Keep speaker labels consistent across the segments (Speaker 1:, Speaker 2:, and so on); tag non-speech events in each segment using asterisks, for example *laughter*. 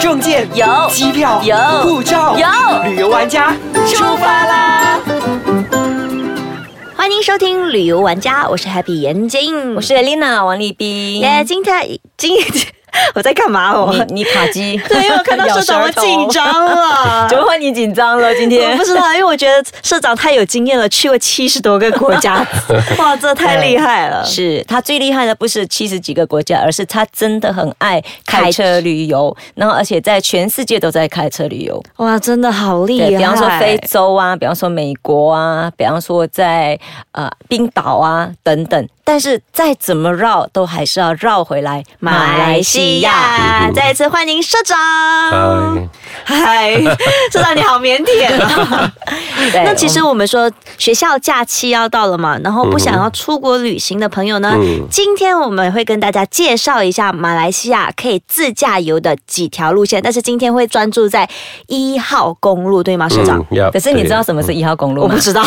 Speaker 1: 证件
Speaker 2: 有
Speaker 1: 机票
Speaker 2: 有
Speaker 1: 护照
Speaker 2: 有
Speaker 1: 旅游玩家出发啦！
Speaker 2: 欢迎收听旅游玩家，我是 Happy 严静，
Speaker 3: 我是 Lina 王立
Speaker 2: 嗯
Speaker 3: 斌。
Speaker 2: 耶，今天 *laughs* 今我在干嘛我？
Speaker 3: 你你卡机，
Speaker 2: *laughs* 对，因为我看到社长，我紧
Speaker 3: 咬舌
Speaker 2: 张了 *laughs*
Speaker 3: 头，。 *laughs* 怎么换你紧张了？今
Speaker 2: 我
Speaker 3: 天
Speaker 2: 不知道，因为我觉得社长太有经验了，去过七十多个国家， *laughs* 哇，这太厉害了！
Speaker 3: 是他最厉害的不是七十几个国家，而是他真的很爱开车旅游，然后而且在全世界都在开车旅游。
Speaker 2: 哇，真的好厉害！
Speaker 3: 对比方说非洲啊，比方说美国啊，比方说在呃冰岛啊等等，但是再怎么绕都还是要绕回来
Speaker 2: 马来西。亚，再一次欢迎社长。
Speaker 3: 哦
Speaker 4: 嗨，
Speaker 2: *laughs* 嗨，社长你好腼腆 *laughs* 啊。
Speaker 3: 对
Speaker 2: 那其实我们说学校假期要到了嘛，然后不想要出国旅行的朋友呢，
Speaker 4: 嗯
Speaker 2: 今天我们会跟大家介绍一下马来西亚可以自驾游的几条路线，但是今天会专注在一号公路，对吗，社长？
Speaker 4: 要
Speaker 3: 可是你知道什么是一号公路
Speaker 2: 我
Speaker 3: 吗
Speaker 2: 不？知道，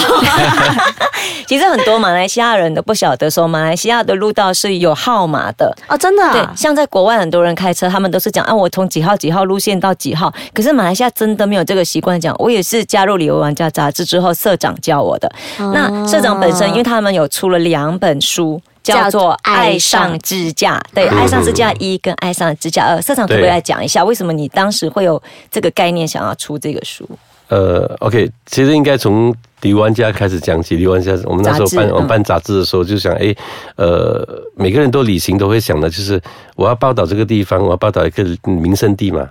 Speaker 3: *laughs* 其实很多马来西亚人都不晓得说，马来西亚的路道是有号码的。
Speaker 2: *laughs* 哦，真的、
Speaker 3: 对
Speaker 2: 啊，，
Speaker 3: 像在国外很多人开车，他们都是讲啊，我从几号几号路线到几号。可是马来西亚真的没有这个习惯讲，我也是加入旅游玩家杂志之后，社长教我的。那社长本身，因为他们有出了两本书。叫
Speaker 2: 叫
Speaker 3: 做
Speaker 2: 做
Speaker 3: 《爱上支架》，对，《爱上支架一》跟《爱上支架二》，社长可不可以
Speaker 4: 对
Speaker 3: 来讲一下，为什么你当时会有这个概念，想要出这个书？
Speaker 4: 呃，OK，其实应该从迪玩家开始讲起。迪玩家，我们那时候
Speaker 3: 杂志
Speaker 4: 办
Speaker 3: 嗯
Speaker 4: 我们办杂志的时候，就想，哎，呃，每个人都旅行都会想的，就是我要报道这个地方，我要报道一个名胜地嘛。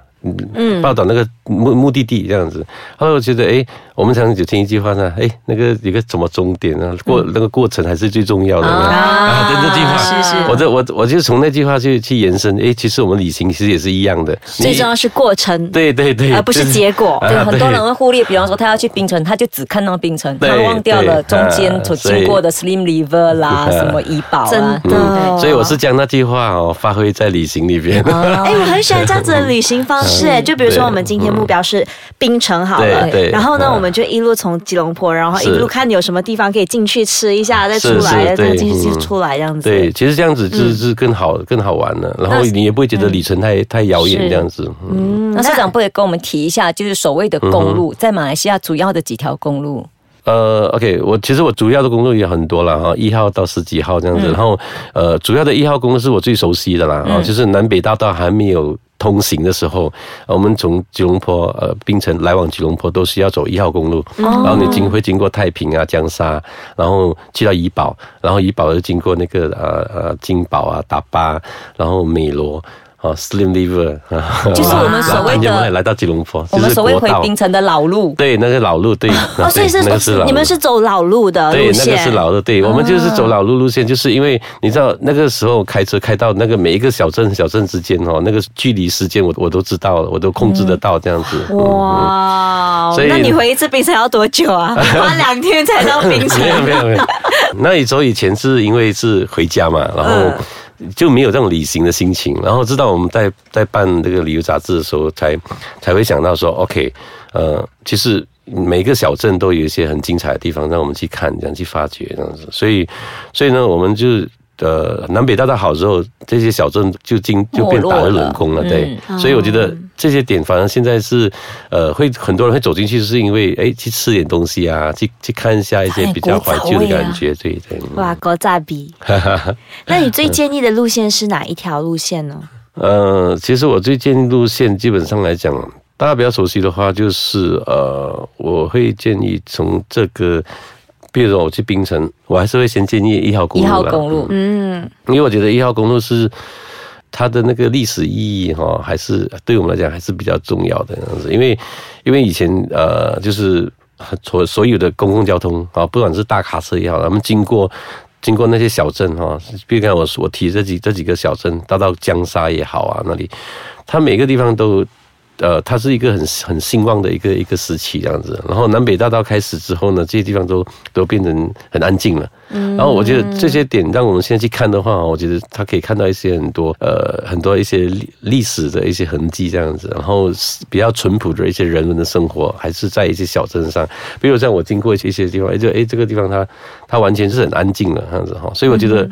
Speaker 4: 嗯，报道那个目目的地这样子，后来我觉得，哎，我们常常只听一句话呢，哎，那个有个什么终点啊，过、
Speaker 3: 嗯
Speaker 4: 那个过程还是最重要的呢。啊，对这句话，
Speaker 2: 是是
Speaker 4: 我这我我就从那句话去去延伸，哎，其实我们旅行其实也是一样的，
Speaker 2: 最重要是过程，
Speaker 4: 对对对，
Speaker 2: 而不是
Speaker 4: 就是
Speaker 2: 结果。
Speaker 4: 啊
Speaker 3: 对，很多
Speaker 4: 对
Speaker 2: 哦
Speaker 3: 人会忽略，比方说他要去槟城，他就只看到槟城，他
Speaker 4: 对
Speaker 3: 忘掉了中
Speaker 4: 对
Speaker 3: 间
Speaker 4: 啊
Speaker 3: 所
Speaker 4: 所以
Speaker 3: 经过的 Slim River 啦，
Speaker 4: *laughs* 啊
Speaker 3: 什么怡宝
Speaker 2: 真
Speaker 3: 啊，
Speaker 2: 的，
Speaker 4: 所以我是将那句话哦发挥在旅行里边。
Speaker 2: 哎、我很喜欢这样子的旅行方式，哎，就比如说我们今天目标是槟城好了，
Speaker 4: 嗯对对
Speaker 2: 然后呢，
Speaker 4: 嗯
Speaker 2: 我们就一路从吉隆坡，然后一
Speaker 4: 是
Speaker 2: 路看有什么地方可以进去吃一下，再出来，
Speaker 4: 是是对
Speaker 2: 再进去
Speaker 4: 嗯
Speaker 2: 出来这样子。嗯
Speaker 4: 对，其实这样子是是更好更好玩了，然后你也不会觉得旅程太太遥远这样子。嗯，
Speaker 3: 那社长不也跟我们提一下，就是所谓的公路，在马来西亚主要的几条公路，
Speaker 4: 呃，OK，我其实我主要的公路也很多了哈，一号到十几号这样子，
Speaker 2: 嗯
Speaker 4: 然后呃，主要的一号公路是我最熟悉的啦，啊，就是南北大道还没有。通行的时候，呃我们从吉隆坡呃槟城来往吉隆坡都是要走一号公路，
Speaker 2: 哦
Speaker 4: 然后你经会经过太平啊、江沙，然后去到怡保，然后怡保又经过那个呃呃金宝啊、达巴，然后美罗。啊 s l i m River 啊，
Speaker 3: 就是我们所谓的
Speaker 4: 然后来到吉隆坡，
Speaker 3: 我们
Speaker 4: 就是
Speaker 3: 所谓
Speaker 4: 国
Speaker 3: 回
Speaker 4: 道
Speaker 3: 槟城的老路。
Speaker 4: 对那个老路，对，
Speaker 2: 哦，所以是,、
Speaker 4: 对那个老路
Speaker 2: 你们是走老路的
Speaker 4: 对，
Speaker 2: 路
Speaker 4: 那
Speaker 2: 线，
Speaker 4: 个是老的，对，我
Speaker 3: 啊
Speaker 4: 们就是走老路路线，就是因为你知道那个时候开车开到那个每一个小镇小镇之间哦，那个距离时间我我都知道，我都控制得到这样子。嗯！
Speaker 2: 哇、哦
Speaker 4: 所以
Speaker 2: 那你回一次槟城要多久
Speaker 4: *laughs*
Speaker 2: 啊？花两天才到槟城
Speaker 4: 没有没有没有，那你走以前是因为是回家嘛，然后就没有这种旅行的心情，然后直到我们在在办这个旅游杂志的时候才，才会想到说，OK，呃，其实每个小镇都有一些很精彩的地方，让我们去看，这样去发掘这样子，所以所以呢，我们就。呃，南北大道好之后，这些小镇就进就变打了冷宫了，对，
Speaker 3: 哦
Speaker 4: 所以我觉得这些点反而现在是，呃，会很多人会走进去，是因为哎去吃点东西啊，去去看一下一
Speaker 3: 哎
Speaker 4: 些比较怀旧的感觉，对
Speaker 3: 啊
Speaker 4: 对。嗯
Speaker 2: 哇，国炸
Speaker 4: *laughs*
Speaker 2: 比！那你最建议的路线是哪一条路线呢？
Speaker 4: 呃，其实我最建议路线基本上来讲，大家比较熟悉的话，就是呃，我会建议从这个，比如说我去槟城，我还是会先建议一号公
Speaker 3: 一
Speaker 4: 路啦
Speaker 3: 号公路，
Speaker 2: 嗯，
Speaker 4: 因为我觉得一号公路是它的那个历史意义哈、还是对我们来讲还是比较重要的这样子。因为因为以前呃，就是所所有的公共交通啊，不管是大卡车也好，他们经过。经过那些小镇哈，比如看我我提这几这几个小镇，到到江沙也好啊，那里，它每个地方都呃，它是一个很很兴旺的一个一个时期这样子。然后南北大道开始之后呢，这些地方都都变成很安静了。然后我觉得这些点让我们现在去看的话，我觉得它可以看到一些很多呃很多一些历历史的一些痕迹这样子。然后是比较淳朴的一些人文的生活，还是在一些小镇上，比如
Speaker 2: 嗯
Speaker 4: 像我经过一些一些地方，哎就哎这个地方它它完全是很安静的这样子哈。所以我觉得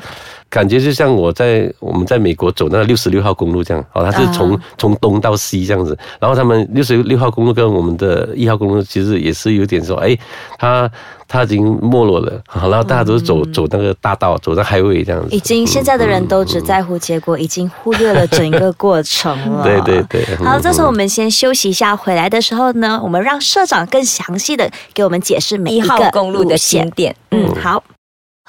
Speaker 4: 感觉就像我在我们在美国走那六十六号公路这样，哦，它是从、
Speaker 2: 啊
Speaker 4: 从东到西这样子。然后他们六十六号公路跟我们的一号公路其实也是有点说，哎，它它已经没落了，好然后大家都是走、走那个大道，走到 highway 这样子。
Speaker 2: 嗯
Speaker 4: 嗯
Speaker 2: 已经现在的人都只在乎结果，已经忽略了整个过程了。
Speaker 4: *laughs* 对对对
Speaker 2: 好，
Speaker 4: 嗯
Speaker 2: 这时候我们先休息一下，回来的时候呢，我们让社长更详细的给我们解释每
Speaker 3: 一
Speaker 2: 一
Speaker 3: 号
Speaker 2: 个
Speaker 3: 公路的
Speaker 2: 路线
Speaker 3: 景点。
Speaker 2: 嗯，好。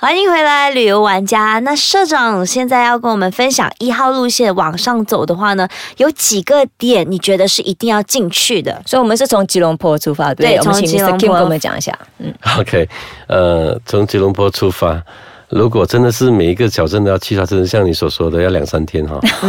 Speaker 2: 欢迎回来，旅游玩家。那社长现在要跟我们分享一号路线往上走的话呢，有几个点你觉得是一定要进去的？
Speaker 3: 所以我们是从吉隆坡出发，对不
Speaker 2: 对
Speaker 3: 对，我们
Speaker 2: 从
Speaker 3: 请
Speaker 2: 吉隆
Speaker 3: Mr.
Speaker 2: 坡
Speaker 3: Kim 跟我们讲一下。嗯，
Speaker 4: *laughs* OK，呃，从吉隆坡出发，如果真的是每一个小镇都要去，它真的像你所说的要两三天哈、
Speaker 2: *laughs*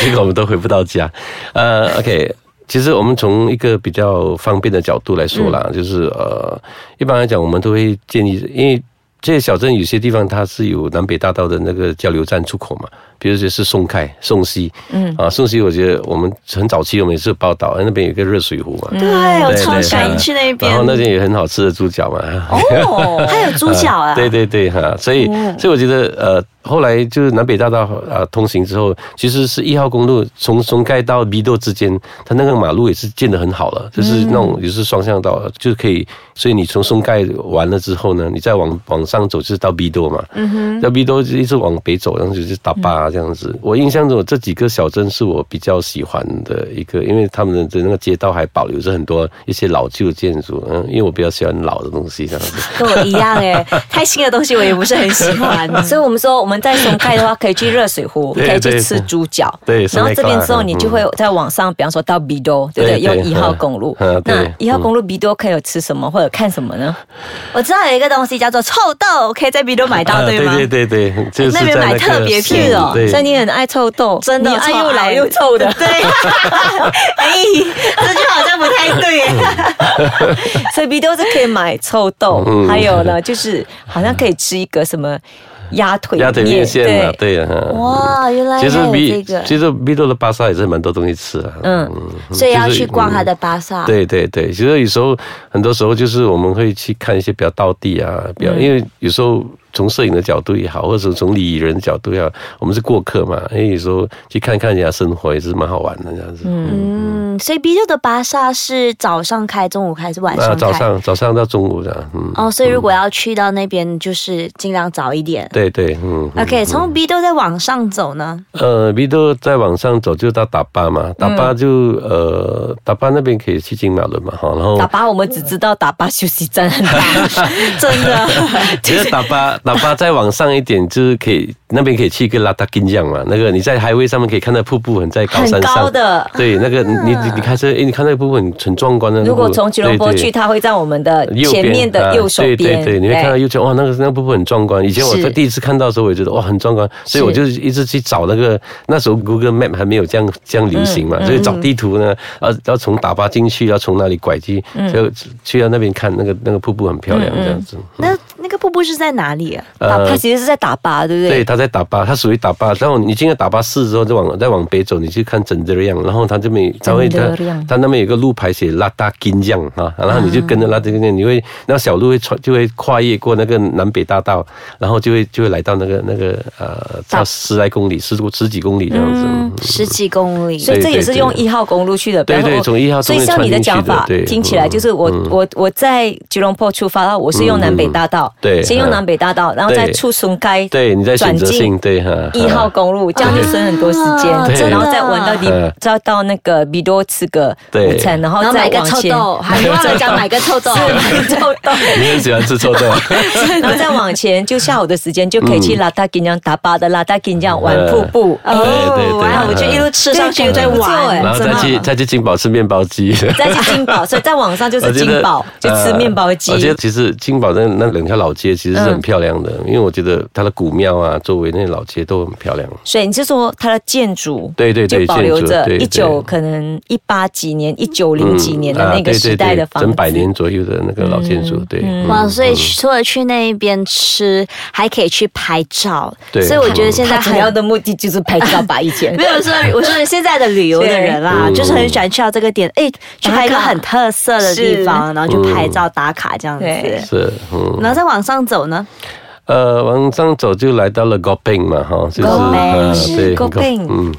Speaker 4: 结果我们都回不到家。呃，OK，其实我们从一个比较方便的角度来说啦，
Speaker 2: 嗯
Speaker 4: 就是呃，一般来讲，我们都会建议，因为这些小镇有些地方它是有南北大道的那个交流站出口嘛，比如说是松开、松溪，嗯啊，松溪，我觉得我们很早期我们也是有报道，那边有一个热水壶
Speaker 3: 嗯
Speaker 4: 嘛，
Speaker 2: 对，我
Speaker 4: 对
Speaker 2: 超
Speaker 4: 对
Speaker 2: 想
Speaker 4: 对
Speaker 2: 去嗯那边。
Speaker 4: 然后那边有很好吃的猪脚嘛，
Speaker 2: 哦，还有猪脚啊！
Speaker 4: 呃 *laughs* 对对对哈、所以、所以我觉得呃，后来就是南北大道呃通行之后，其实是一号公路从松盖到 B 豆之间，它那个马路也是建得很好了，就是那种也是双向道，就是可以。所以你从松盖完了之后呢，你再往往上走就是到 B 豆嘛，嗯哼，嗯到 B 豆就一直往北走，然后就是打巴这样子。我印象中这几个小镇是我比较喜欢的一个，因为他们的那个街道还保留着很多一些老旧建筑，嗯，因为我比较喜欢老的东西这样子。
Speaker 2: 跟我一样哎、太新的东西我也不是很喜欢。
Speaker 3: 所以我们说我们在松开的话，可以去热水壶，
Speaker 4: 嗯对
Speaker 3: 可以去
Speaker 4: 对
Speaker 3: 吃猪脚。
Speaker 4: 对
Speaker 3: 然后这边之后，你就会
Speaker 4: 嗯
Speaker 3: 在网上，比方说到 B 多，对不对？
Speaker 4: 对对
Speaker 3: 用一号公路
Speaker 4: 嗯嗯，对
Speaker 3: 那一号公路 B 多可以有吃什么或者看什么呢？
Speaker 2: 我知道有一个东西叫做臭豆，可以在 B 都买到，
Speaker 4: 啊
Speaker 2: 对吗？哎
Speaker 4: 对对对对，就是
Speaker 2: 那边
Speaker 4: 在
Speaker 2: 买
Speaker 4: 个
Speaker 2: 特别
Speaker 4: 县
Speaker 2: 屁哦
Speaker 4: 对
Speaker 3: 所以你很爱臭豆，
Speaker 2: 真的
Speaker 3: 你爱
Speaker 2: 超
Speaker 3: 又老
Speaker 2: 爱
Speaker 3: 又臭
Speaker 4: *laughs*
Speaker 3: 的。 *laughs*
Speaker 2: 对，哎，这句好像不太对。
Speaker 3: 所以 B 多是可以买臭豆，
Speaker 4: 嗯
Speaker 3: 还有呢，就是好像可以吃一个什么鸭腿
Speaker 4: 鸭腿面线嘛，对呀。
Speaker 2: 哇，原来还
Speaker 4: 其实
Speaker 2: 有这
Speaker 4: B
Speaker 2: 个，
Speaker 4: 其实 B 多的巴萨也是蛮多东西吃啊，
Speaker 3: 嗯
Speaker 2: 所以要去逛
Speaker 4: 它
Speaker 2: 他的巴萨。
Speaker 4: 嗯对对对，其实有时候很多时候就是我们会去看一些比较道地啊，
Speaker 2: 嗯
Speaker 4: 比较、因为有时候从摄影的角度也好，或者从礼仪人的角度也好，我们是过客嘛，因为有时候去看看人家生活也是蛮好玩的这样子。嗯，
Speaker 2: 嗯，所以 B 六的巴萨是早上开、中午开还是晚上
Speaker 4: 啊，
Speaker 2: 开？
Speaker 4: 早上早上到中午的，嗯，
Speaker 2: 哦，所以如果要去到那边，就是尽量早一点。
Speaker 4: 对对，嗯。
Speaker 2: OK，从 B 六再往上走呢？
Speaker 4: *laughs* 呃，比多再往上走就到打巴
Speaker 3: 嗯
Speaker 4: 嘛，打巴就、呃，打巴那边可以去金马仑嘛，哈，然后
Speaker 3: 打巴我们只知道打巴休息站很
Speaker 4: *laughs*
Speaker 3: 大，真的。
Speaker 4: 其实打巴 *laughs* 打巴再往上一点就是可以，那边可以去一个拉达金江嘛，那个你在海位上面可以看到瀑布很在高山上，
Speaker 3: 很高的
Speaker 4: 对，那个你你你开车，诶，你看那个瀑布很很壮观的那个
Speaker 3: 如
Speaker 4: 瀑布，
Speaker 3: 果从吉隆坡
Speaker 4: 对对
Speaker 3: 去，它会在我们的
Speaker 4: 右
Speaker 3: 前
Speaker 4: 边
Speaker 3: 面的右手边，哎
Speaker 4: 啊对对对，你会看到右边，哇，那个那个瀑布很壮观。以前我
Speaker 3: 是
Speaker 4: 在第一次看到的时候，我也觉得哇很壮观，所以我就一直去找那个那时候 Google Map 还没有这样这样流行
Speaker 3: 嗯
Speaker 4: 嘛，所以找地图呢，要要从打巴进去，要从哪里拐去，
Speaker 3: 嗯
Speaker 4: 就去到那边看那个那个瀑布很漂亮这样子。
Speaker 2: *laughs* 那那个瀑布是在哪里啊？
Speaker 3: 打它其实是在打巴，对不
Speaker 4: 呃对，
Speaker 3: 对？
Speaker 4: 它在打巴，它属于打巴。然后你进了打巴市之后，再往再往北走，你去看整德亮，然后它这边它会它
Speaker 3: 整德亮
Speaker 4: 它那边有个路牌写拉达金江啊，然后你就跟着拉达金江，你会那小路会穿就会跨越过那个南北大道，然后就会就会来到那个那个呃，到十来公里，十多十几公里这样子。
Speaker 3: 嗯
Speaker 2: 十几公里。
Speaker 3: 所以这
Speaker 4: 对
Speaker 3: 也是用一号公路去的，比方说
Speaker 4: 对对
Speaker 3: 我
Speaker 4: 从一号
Speaker 3: 所以
Speaker 4: 公路
Speaker 3: 像你的讲法
Speaker 4: 穿进去的对嗯
Speaker 3: 听起来就是我、我我在吉隆坡出发，我是用南北大道，
Speaker 4: 嗯对
Speaker 3: 先用南北大道，然后再
Speaker 4: 对
Speaker 3: 出松开，
Speaker 4: 对，你在选择性
Speaker 3: 转进
Speaker 4: 对哈
Speaker 3: 一号公路，这样就省很多时间
Speaker 2: 啊，
Speaker 4: *laughs* 对
Speaker 3: 然后再玩到
Speaker 4: 嗯
Speaker 3: 你，再到那个比多吃个
Speaker 4: 对
Speaker 3: 午餐，然后
Speaker 2: 然后
Speaker 3: 再
Speaker 2: 买个
Speaker 3: 往
Speaker 2: 臭
Speaker 3: 前 *laughs*
Speaker 2: 豆，还忘了讲买个臭
Speaker 4: *laughs*
Speaker 2: 豆。
Speaker 3: 臭豆。
Speaker 4: 你很喜欢吃臭
Speaker 3: *laughs*
Speaker 4: 豆。
Speaker 3: 然后再往前，就下午的时间就可以去拉达金江打巴的拉达金江玩瀑布，
Speaker 4: 对对对
Speaker 2: 哦哇，我就一路吃上去，又在
Speaker 3: 对感觉不错
Speaker 2: 玩
Speaker 3: 哎，
Speaker 4: 然后再去再去金宝吃面包机。
Speaker 3: 再去金宝，所以在网上就
Speaker 4: 我
Speaker 3: 是
Speaker 4: 觉
Speaker 3: 金
Speaker 4: 得呃
Speaker 3: 宝，就吃面包机。
Speaker 4: 我觉得其实金宝那那两条老街其实是很漂亮的，
Speaker 3: 嗯
Speaker 4: 因为我觉得它的古庙啊，周围那些老街都很漂亮。
Speaker 3: 所以你是说它的建筑
Speaker 4: 对对
Speaker 3: 就
Speaker 4: 对
Speaker 3: 保留着
Speaker 4: 建筑
Speaker 3: 一
Speaker 4: 对
Speaker 3: 九
Speaker 4: 对
Speaker 3: 可能一八几年一九零几年的
Speaker 4: 啊
Speaker 3: 那个
Speaker 4: 对对
Speaker 3: 时代
Speaker 4: 对
Speaker 3: 的房子，
Speaker 4: 整百年左右的那个老建筑，对。嗯
Speaker 2: 哇，所以除了去那边吃，还可以去拍照。
Speaker 4: 对
Speaker 2: 所以我觉得现在
Speaker 3: 它主
Speaker 2: 很
Speaker 3: 要的目的就是拍照吧，以前
Speaker 2: *laughs* 没有说，我说现在的旅游的人啦，
Speaker 4: 对
Speaker 2: 就是很喜欢去到这个点，哎，去拍一个
Speaker 3: 打卡
Speaker 2: 很特嗯色的地方，然后去拍照打卡这样子。
Speaker 3: 对
Speaker 4: 是，嗯，
Speaker 2: 然后再往上走呢，
Speaker 4: 呃，往上走就来到了 Gopeng 嘛，哈，就是
Speaker 3: Gopeng，
Speaker 4: 呃
Speaker 3: 是
Speaker 4: 对
Speaker 3: Gopeng
Speaker 4: 嗯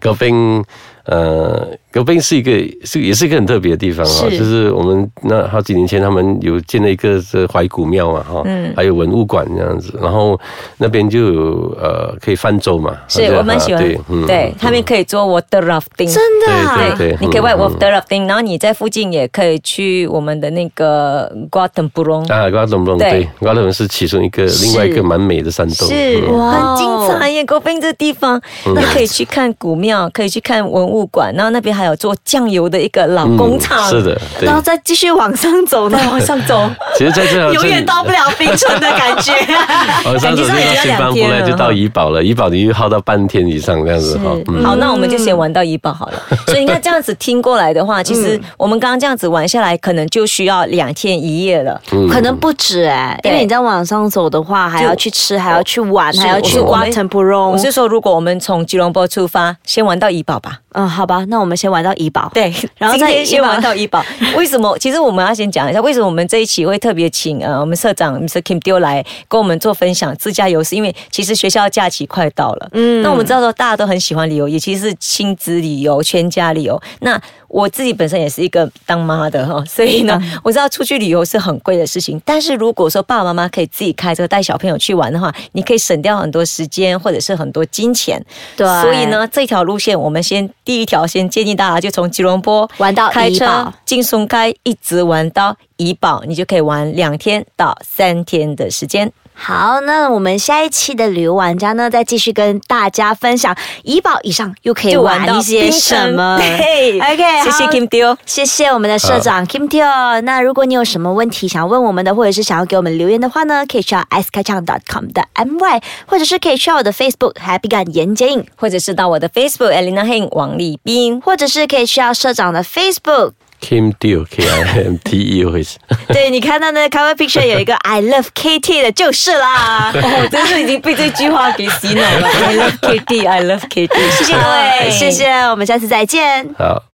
Speaker 4: ，Gopeng，呃，Gopeng 是一个是也是一个很特别的地方哈，
Speaker 3: 是
Speaker 4: 就是我们那好几年前他们有建了一个这怀古庙嘛，哈，嗯，还有文物馆这样子，然后那边就有呃可以泛舟嘛，
Speaker 3: 是
Speaker 4: 对
Speaker 3: 我蛮
Speaker 4: 啊
Speaker 3: 喜欢
Speaker 4: 对，，
Speaker 3: 对，他们可以做 water rafting，
Speaker 2: 真的啊、
Speaker 4: 对对对，
Speaker 3: 你可以外
Speaker 4: 嗯
Speaker 3: water rafting，然后你在附近也可以去我们的那个 g u a t e m b u r o n
Speaker 4: 啊，瓜总龙
Speaker 3: 对
Speaker 4: 对，瓜总是其中一个另外一个蛮美的山洞，
Speaker 3: 是，
Speaker 4: 嗯
Speaker 2: 哇
Speaker 3: 很精彩耶！国宾这地方，那可以去看古庙，可以去看文物馆，然后那边还有做酱油的一个老
Speaker 4: 嗯
Speaker 3: 工厂，
Speaker 4: 是，的，对
Speaker 2: 然，后再继续往上走
Speaker 3: *laughs*
Speaker 2: 呢，往上 *laughs* 走，
Speaker 4: 其实在这条
Speaker 2: 永远到不了冰城啊的感觉。 *laughs*
Speaker 4: 哦，上手就到新邦不赖，就到怡保了，怡保你又耗到半天以上这样子
Speaker 3: 是
Speaker 4: 哈。嗯，
Speaker 3: 好，那我们就先玩到怡保好了。所以你看这样子听过来的话，其实我们刚刚这样子玩下来，可能就需要两天一夜了。
Speaker 4: 嗯
Speaker 2: 可能不止哎、
Speaker 3: 对
Speaker 2: 因为你在往上走的话，还要去吃，还要去玩，
Speaker 3: 是
Speaker 2: 还要去
Speaker 3: 我
Speaker 2: 挖
Speaker 3: 们
Speaker 2: 城不
Speaker 3: 我
Speaker 4: 哦
Speaker 2: 容。
Speaker 3: 是说，如果我们从吉隆坡出发，先玩到怡保吧。
Speaker 2: 嗯，好吧，那我们先玩到怡保。
Speaker 3: 对，
Speaker 2: 然后
Speaker 3: 今
Speaker 2: 再
Speaker 3: 天
Speaker 2: 一
Speaker 3: 先
Speaker 2: 把
Speaker 3: 玩到医 *laughs* 保。为什么？其实我们要先讲一下，为什么我们这一期会特别请呃我们社长 Mr. Kim 丢来跟我们做分享自驾游，是因为其实学校假期快到了，嗯，那我们知道说大家都很喜欢旅游，尤其是亲子旅游、全家旅游。那我自己本身也是一个当妈的哈，所以呢，我知道出去旅游是很贵的事情。但是如果说爸爸妈妈可以自己开车带小朋友去玩的话，你可以省掉很多时间或者是很多金钱。
Speaker 2: 对
Speaker 3: 所以呢，这条路线我们先第一条先建议大家就从吉隆坡
Speaker 2: 玩到
Speaker 3: 开
Speaker 2: 怡保
Speaker 3: 车进松开，一直玩到怡保，你就可以玩两天到三天的时间。
Speaker 2: 好，那我们下一期的旅游玩家呢，再继续跟大家分享怡保以上又可以
Speaker 3: 就玩
Speaker 2: 玩
Speaker 3: 到
Speaker 2: 一些
Speaker 3: 槟城
Speaker 2: 什么。 *laughs*
Speaker 3: 对
Speaker 2: OK，
Speaker 3: 谢谢
Speaker 2: 好
Speaker 3: Kim Teo
Speaker 2: 谢谢我们的社长 Kim Teo。那如果你有什么问题想要问我们的，或者是想要给我们留言的话呢，可以去到 s k a c h a n g c o m 的 my，或者是可以去到我的 Facebook Happy 感言剪影，
Speaker 3: 或者是到我的 Facebook Elena Heng 王立斌。
Speaker 2: 或者是可以去到社长的
Speaker 3: *laughs*
Speaker 2: Facebook。
Speaker 4: Kim Deal K I M T E 会是
Speaker 2: 对你看到那个 cover picture 有一个 I love KT 的就是
Speaker 3: *laughs*
Speaker 2: 啦。
Speaker 3: 我真是已经被 *laughs* 这句话给洗脑了。I love Kitty, I love Kitty。
Speaker 2: 谢
Speaker 3: 谢
Speaker 2: 谢各位，谢谢，我们下次再见。
Speaker 4: 好。